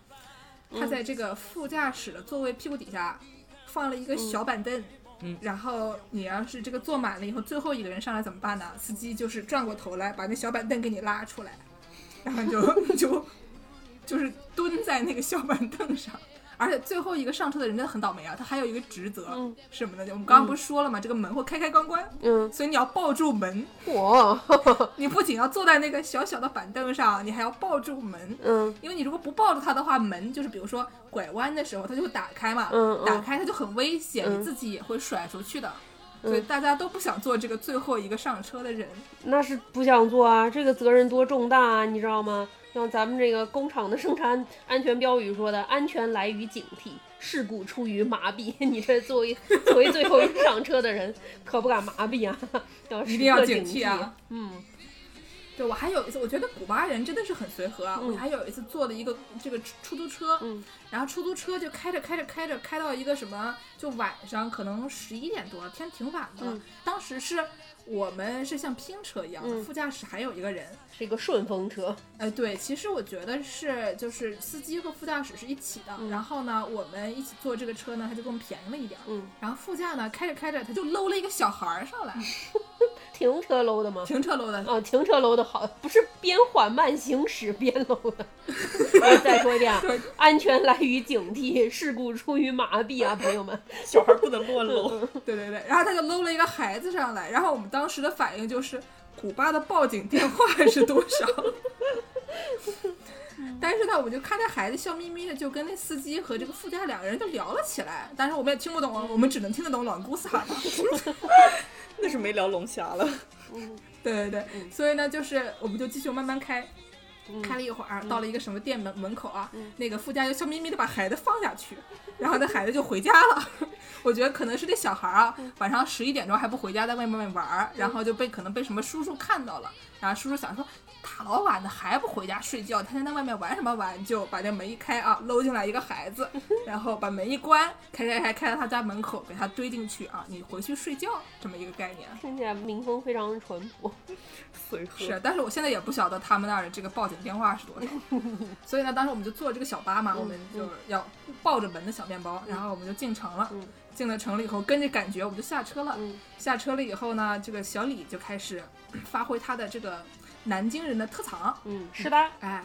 Speaker 1: 他在这个副驾驶的座位屁股底下放了一个小板凳。
Speaker 3: 嗯
Speaker 1: 然后你要是这个坐满了以后，最后一个人上来怎么办呢？司机就是转过头来把那小板凳给你拉出来，然后你就你就就是蹲在那个小板凳上。而且最后一个上车的人真的很倒霉啊，他还有一个职责、
Speaker 2: 嗯
Speaker 1: 是什么呢？就我们刚刚不是说了嘛，这个门会开开关关，
Speaker 2: 嗯，
Speaker 1: 所以你要抱住门，
Speaker 2: 嚯，
Speaker 1: 你不仅要坐在那个小小的板凳上，你还要抱住门。
Speaker 2: 嗯
Speaker 1: 因为你如果不抱住它的话，门就是比如说拐弯的时候它就会打开嘛，
Speaker 2: 嗯嗯
Speaker 1: 打开它就很危险，
Speaker 2: 嗯
Speaker 1: 你自己也会甩出去的。所以大家都不想做这个最后一个上车的人。
Speaker 2: 那是不想做啊，这个责任多重大啊，你知道吗？像咱们这个工厂的生产安全标语说的，安全来于警惕，事故出于麻痹。 你这作为作为最后一个上车的人，可不敢麻痹啊，要
Speaker 1: 一
Speaker 2: 时
Speaker 1: 定要
Speaker 2: 刻
Speaker 1: 警
Speaker 2: 警
Speaker 1: 惕啊！
Speaker 2: 嗯，
Speaker 1: 对我还有一次，我觉得古巴人真的是很随和啊。
Speaker 2: 嗯
Speaker 1: 我还有一次坐了一个这个出出租车，
Speaker 2: 嗯
Speaker 1: 然后出租车就开着开着开着开到一个什么，就晚上可能十一点多，天挺晚的了。
Speaker 2: 嗯
Speaker 1: 当时是我们是像拼车一样的，
Speaker 2: 嗯
Speaker 1: 副驾驶还有一个人。
Speaker 2: 是一个顺风车，
Speaker 1: 呃，对，其实我觉得是就是司机和副驾驶是一起的，
Speaker 2: 嗯
Speaker 1: 然后呢，我们一起坐这个车呢，它就更便宜了一点儿。
Speaker 2: 嗯，
Speaker 1: 然后副驾呢，开着开着，他就搂了一个小孩儿上来，
Speaker 2: 停车楼的吗？
Speaker 1: 停车搂的，
Speaker 2: 哦，停车楼的好，不是边缓慢行驶边楼的。 我再说一遍啊，安全来于警惕，事故出于麻痹啊，朋友们。
Speaker 3: 小孩不能落楼。
Speaker 1: 对对对，然后他就搂了一个孩子上来，然后我们当时的反应就是，古巴的报警电话是多少？ 但是呢，我们就看那孩子笑眯眯的，就跟那司机和这个副驾两个人就聊了起来。但是我们也听不懂，我们只能听得懂老姑撒嘛。
Speaker 3: 那是没聊龙虾了。
Speaker 2: 嗯
Speaker 1: 对对对，
Speaker 2: 嗯
Speaker 1: 所以呢，就是我们就继续慢慢开，
Speaker 2: 嗯
Speaker 1: 开了一会儿，啊到了一个什么店门门口啊
Speaker 2: 嗯，
Speaker 1: 那个副驾就笑眯眯的把孩子放下去， 然后那孩子就回家了。 我觉得可能是这小孩儿
Speaker 2: 嗯
Speaker 1: 啊，晚上十一点钟还不回家，在外面玩儿，然后就被可能被什么叔叔看到了，然后叔叔想说。大老晚的还不回家睡觉，天天在外面玩什么玩？就把这门一开啊，搂进来一个孩 子，然后把门一关，开开开开到他家门口，给他堆进去啊，你回去睡觉这么一个概念。
Speaker 2: 听起来民风非常淳朴。
Speaker 3: 随和
Speaker 1: 是，但是我现在也不晓得他们那儿的这个报警电话是多 少。所以呢，当时我们就坐这个小巴
Speaker 2: 嗯
Speaker 1: 嘛，我们就是要抱着门的小面包，然后我们就进城了。
Speaker 2: 嗯
Speaker 1: 进了城了以后，跟着感觉我们就下车了。
Speaker 2: 嗯
Speaker 1: 下车了以后呢，这个小李就开始 发挥他的这个南京人的特长，
Speaker 2: 嗯，是吧？
Speaker 1: 哎。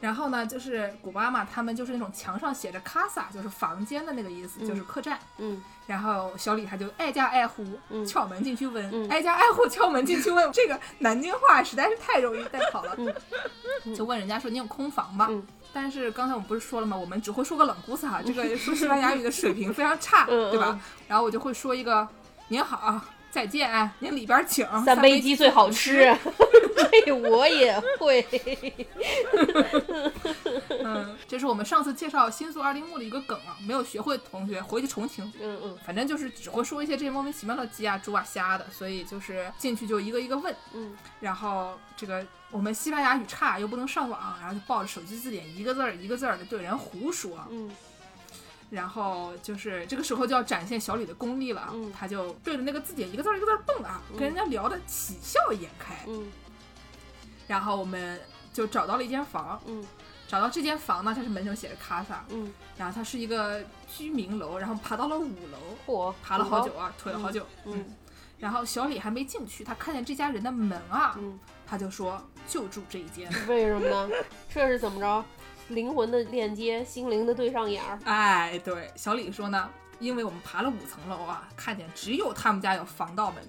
Speaker 1: 然后呢，就是古巴嘛，他们就是那种墙上写着 “casa”，就是房间的那个意思，
Speaker 2: 嗯
Speaker 1: 就是客栈。
Speaker 2: 嗯
Speaker 1: 然后小李他就挨家挨户
Speaker 2: 嗯
Speaker 1: 敲门进去问，
Speaker 2: 嗯
Speaker 1: 挨家挨户敲门进去问， 这个南京话实在是太容易带跑了，
Speaker 2: 嗯嗯
Speaker 1: 就问人家说你有空房吗？
Speaker 2: 嗯
Speaker 1: 但是刚才我们不是说了吗？我们只会说个冷姑撒，这个说西班牙语的水平非常差，
Speaker 2: 嗯
Speaker 1: 对吧？然后我就会说一个您好，再见，啊您里边请，
Speaker 2: 三杯
Speaker 1: 鸡。
Speaker 2: 鸡最好 吃，这我也会。
Speaker 1: 嗯，这是我们上次介绍新宿二丁目的一个梗啊，没有学会的同学回去重听。
Speaker 2: 嗯嗯
Speaker 1: 反正就是只会说一些这些莫名其妙的鸡啊、猪啊、虾的，所以就是进去就一个一个问，
Speaker 2: 嗯
Speaker 1: 然后这个我们西班牙语差又不能上网，然后就抱着手机字典一个字儿一个字儿的对人胡说，
Speaker 2: 嗯
Speaker 1: 然后就是这个时候就要展现小李的功力了啊，
Speaker 2: 嗯
Speaker 1: 他就对着那个字典一个字儿一个字儿蹦啊，
Speaker 2: 嗯
Speaker 1: 跟人家聊得喜笑颜开，
Speaker 2: 嗯
Speaker 1: 然后我们就找到了一间房，
Speaker 2: 嗯
Speaker 1: 找到这间房呢，它是门上写着卡萨，
Speaker 2: 嗯，
Speaker 1: 然后它是一个居民楼，然后爬到了五楼，
Speaker 2: 嚯，
Speaker 1: 爬了好久。啊，腿了好久，
Speaker 2: 嗯
Speaker 1: 然后小李还没进去，他看见这家人的门啊，
Speaker 2: 嗯，
Speaker 1: 他就说就住这一间。
Speaker 2: 为什么呢？这是怎么着？灵魂的链接，心灵的对上眼儿。
Speaker 1: 哎，对，小李说呢，因为我们爬了五层楼啊，看见只有他们家有防盗门，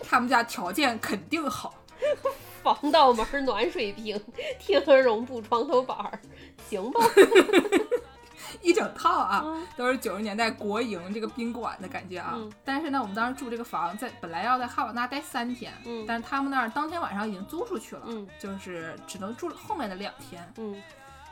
Speaker 1: 他们家条件肯定好。
Speaker 2: 防盗门、暖水瓶、天鹅绒布床头板儿，行吧？
Speaker 1: 一整套啊，
Speaker 2: 嗯
Speaker 1: 都是九十年代国营这个宾馆的感觉啊。
Speaker 2: 嗯
Speaker 1: 但是呢，我们当时住这个房，在本来要在哈瓦那待三天，
Speaker 2: 嗯
Speaker 1: 但是他们那儿当天晚上已经租出去了，
Speaker 2: 嗯
Speaker 1: 就是只能住后面的两天。
Speaker 2: 嗯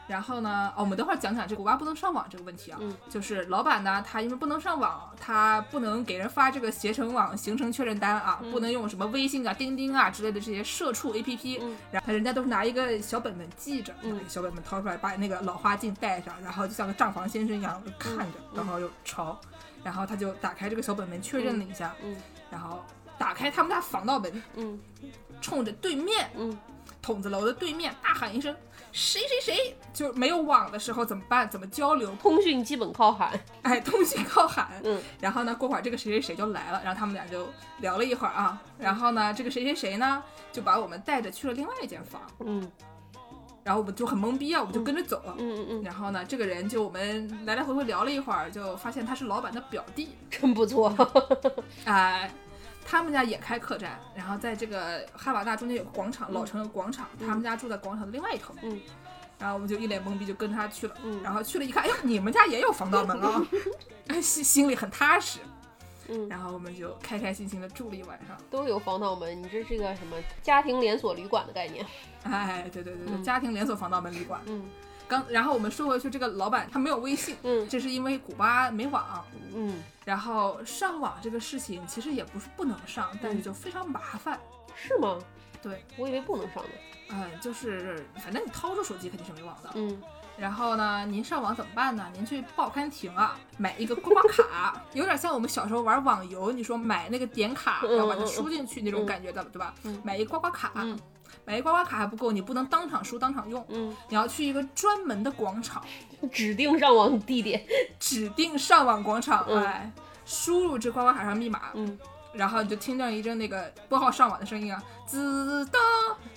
Speaker 1: 然后呢，哦，我们等会儿讲讲这个古巴不能上网这个问题啊。
Speaker 2: 嗯
Speaker 1: 就是老板呢，他因为不能上网，他不能给人发这个携程网行程确认单啊，
Speaker 2: 嗯
Speaker 1: 不能用什么微信啊、钉钉啊之类的这些社畜 APP、
Speaker 2: 嗯
Speaker 1: 然后人家都是拿一个小本本记着，
Speaker 2: 嗯
Speaker 1: 拿一个小本本掏出来，把那个老花镜戴上，然后就像个账房先生一样看着，
Speaker 2: 嗯
Speaker 1: 然后又抄，然后他就打开这个小本本确认了一下，
Speaker 2: 嗯
Speaker 1: 然后打开他们家防盗门，
Speaker 2: 嗯
Speaker 1: 冲着对面
Speaker 2: 嗯
Speaker 1: 筒子楼的对面大喊一声：“谁谁谁！”就是没有网的时候怎么办？怎么交流？
Speaker 2: 通讯基本靠喊。
Speaker 1: 哎，通信靠喊。
Speaker 2: 嗯
Speaker 1: 然后呢，过会儿这个谁谁谁就来了，然后他们俩就聊了一会儿啊。然后呢，这个谁谁谁呢，就把我们带着去了另外一间房，
Speaker 2: 嗯
Speaker 1: 然后我们就很懵逼啊，我们就跟着走。
Speaker 2: 嗯嗯嗯，
Speaker 1: 然后呢，这个人就我们来来回回聊了一会儿，就发现他是老板的表弟，
Speaker 2: 真不错。
Speaker 1: 哎，他们家也开客栈，然后在这个哈瓦那中间有个广场，老城有广场，他们家住在广场的另外一头。
Speaker 2: 嗯，
Speaker 1: 然后我们就一脸懵逼，就跟着他去了。
Speaker 2: 嗯
Speaker 1: 然后去了一看，哎呦，你们家也有防盗门啊！哎，心心里很踏实。
Speaker 2: 嗯
Speaker 1: 然后我们就开开心心的住了一晚上。
Speaker 2: 都有防盗门，你这是个什么家庭连锁旅馆的概念？
Speaker 1: 哎，对对对对，
Speaker 2: 嗯
Speaker 1: 家庭连锁防盗门旅馆。
Speaker 2: 嗯
Speaker 1: 刚，然后我们说回去，这个老板他没有微信，
Speaker 2: 嗯
Speaker 1: 这是因为古巴没网。
Speaker 2: 嗯，
Speaker 1: 然后上网这个事情其实也不是不能上，但是就非常麻烦。
Speaker 2: 是吗？
Speaker 1: 对，
Speaker 2: 我以为不能上呢。
Speaker 1: 嗯，就是反正你掏出手机肯定是没网的。
Speaker 2: 嗯，
Speaker 1: 然后呢，您上网怎么办呢？您去报刊亭啊，买一个刮刮卡， 有点像我们小时候玩网游，你说买那个点卡，
Speaker 2: 嗯
Speaker 1: 然后把它
Speaker 2: 嗯
Speaker 1: 输进去那种感觉的，对吧？
Speaker 2: 嗯
Speaker 1: 买一刮刮卡，
Speaker 2: 嗯
Speaker 1: 买一刮刮卡还不够，你不能当场输当场用，
Speaker 2: 嗯，
Speaker 1: 你要去一个专门的广场，
Speaker 2: 指定上网地点。
Speaker 1: 指定上网广场，
Speaker 2: 嗯
Speaker 1: 哎，输入这刮刮卡上密码，
Speaker 2: 嗯
Speaker 1: 然后你就听到一阵那个拨号上网的声音啊，滋当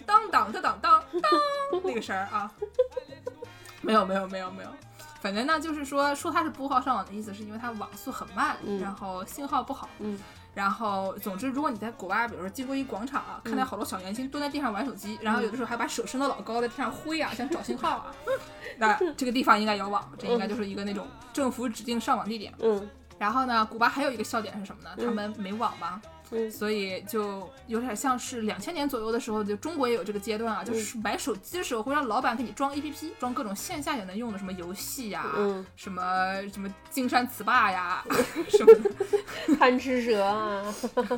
Speaker 1: 当当当当当当那个声儿啊，没有没有没有没有，反正呢就是说说它是拨号上网的意思，是因为它网速很慢，
Speaker 2: 嗯
Speaker 1: 然后信号不好，
Speaker 2: 嗯
Speaker 1: 然后总之如果你在国外，比如说经过一广场
Speaker 2: 嗯
Speaker 1: 啊，看到好多小年轻蹲在地上玩手机，然后有的时候还把手伸得老高，在地上挥啊，想找信号 啊，那这个地方应该有网，这应该就是一个那种政府指定上网地点。
Speaker 2: 嗯
Speaker 1: 然后呢，古巴还有一个笑点是什么呢？
Speaker 2: 嗯
Speaker 1: 他们没网嘛，
Speaker 2: 嗯
Speaker 1: 所以就有点像是两千年左右的时候，就中国也有这个阶
Speaker 2: 嗯
Speaker 1: 段啊，就是买手机的时候会让老板给你装 APP，装各种线下也能用的什么游戏呀、
Speaker 2: 嗯，
Speaker 1: 什么什么金山词霸 呀，什么的，
Speaker 2: 贪吃蛇啊。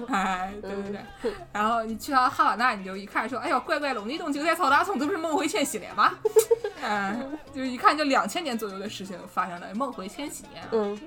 Speaker 1: 哎，
Speaker 2: 嗯
Speaker 1: 对不对？然后你去到哈瓦那，你就一看说，哎呦，怪怪龙的洞、韭菜草大葱，这不是梦回千禧年 吗？哎，就是一看就两千年左右的事情发生了，梦回千禧年啊。
Speaker 2: 嗯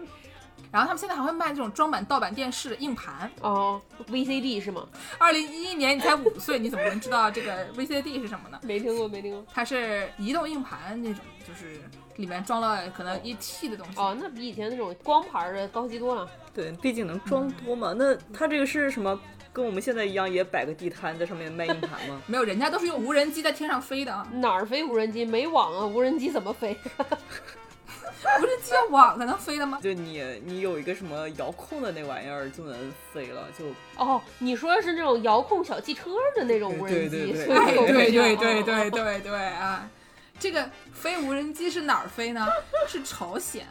Speaker 1: 然后他们现在还会卖这种装满盗版电视的硬盘，
Speaker 2: 哦，VCD 是吗？
Speaker 1: 二零一一年你才五岁，你怎么能知道这个 VCD 是什么呢？
Speaker 2: 没听过，没听过。
Speaker 1: 它是移动硬盘那种，就是里面装了可能一 T 的东西。？
Speaker 2: 哦，那比以前那种光盘儿的高级多了。
Speaker 3: 对，毕竟能装多嘛。那他这个是什么？跟我们现在一样，也摆个地摊在上面卖硬盘吗
Speaker 1: 没有，人家都是用无人机在天上飞的啊，
Speaker 2: 哪儿飞无人机？没网啊，无人机怎么飞？
Speaker 1: 无人机的网才能飞的吗？
Speaker 3: 就你你有一个什么遥控的那玩意儿就能飞了，就
Speaker 2: 哦，你说的是这种遥控小汽车的那种无人机？
Speaker 3: 对对对
Speaker 2: 所以
Speaker 1: 哎，
Speaker 2: 我不
Speaker 1: 对
Speaker 2: 知道
Speaker 1: 对对。对对对啊！这个飞无人机是哪儿飞呢？是朝鲜。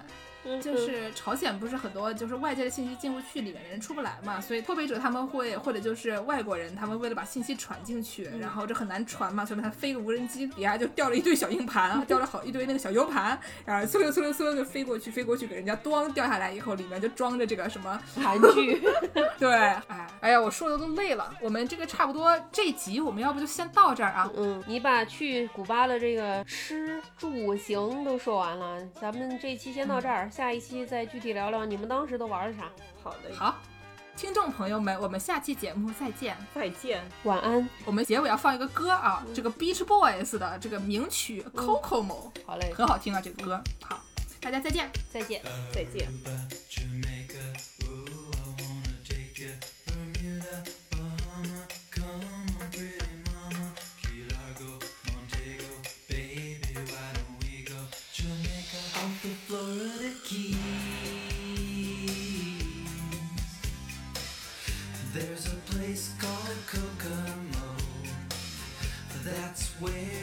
Speaker 2: 嗯
Speaker 1: 就是朝鲜不是很多就是外界的信息进不去，里面的人出不来嘛，所以脱北者他们会或者就是外国人，他们为了把信息传进去，然后这很难传嘛，所以他飞个无人机底下就掉了一堆小硬盘啊，掉了好一堆那个小 U 盘，然后嗖溜嗖溜嗖溜就飞过去，飞过去给人家咣掉下来以后，里面就装着这个什么
Speaker 2: 韩剧。
Speaker 1: 对，哎哎呀，我说的都累了，我们这个差不多这集我们要不就先到这儿啊，
Speaker 2: 嗯，你把去古巴的这个吃住行都说完了，咱们这期先到这儿，下一期再具体聊聊你们当时都玩了啥。
Speaker 3: 好的，
Speaker 1: 好，听众朋友们，我们下期节目再见。
Speaker 3: 再见。
Speaker 2: 晚安，
Speaker 1: 我们结尾要放一个歌啊，这个 Beach Boys 的这个名曲《
Speaker 2: 嗯
Speaker 1: Cocomo》。
Speaker 2: 好嘞，
Speaker 1: 很好听啊，这个歌。好，大家再见。
Speaker 2: 再见。
Speaker 3: 再见
Speaker 4: Aruba, Uh, Jamaica, ooh, I wanna take ya. Bermuda, Bahama, come on, pretty mama. Key Largo, Montego, baby, why don't we go? Jamaica, off the Florida Keys. There's a place called Kokomo. That's where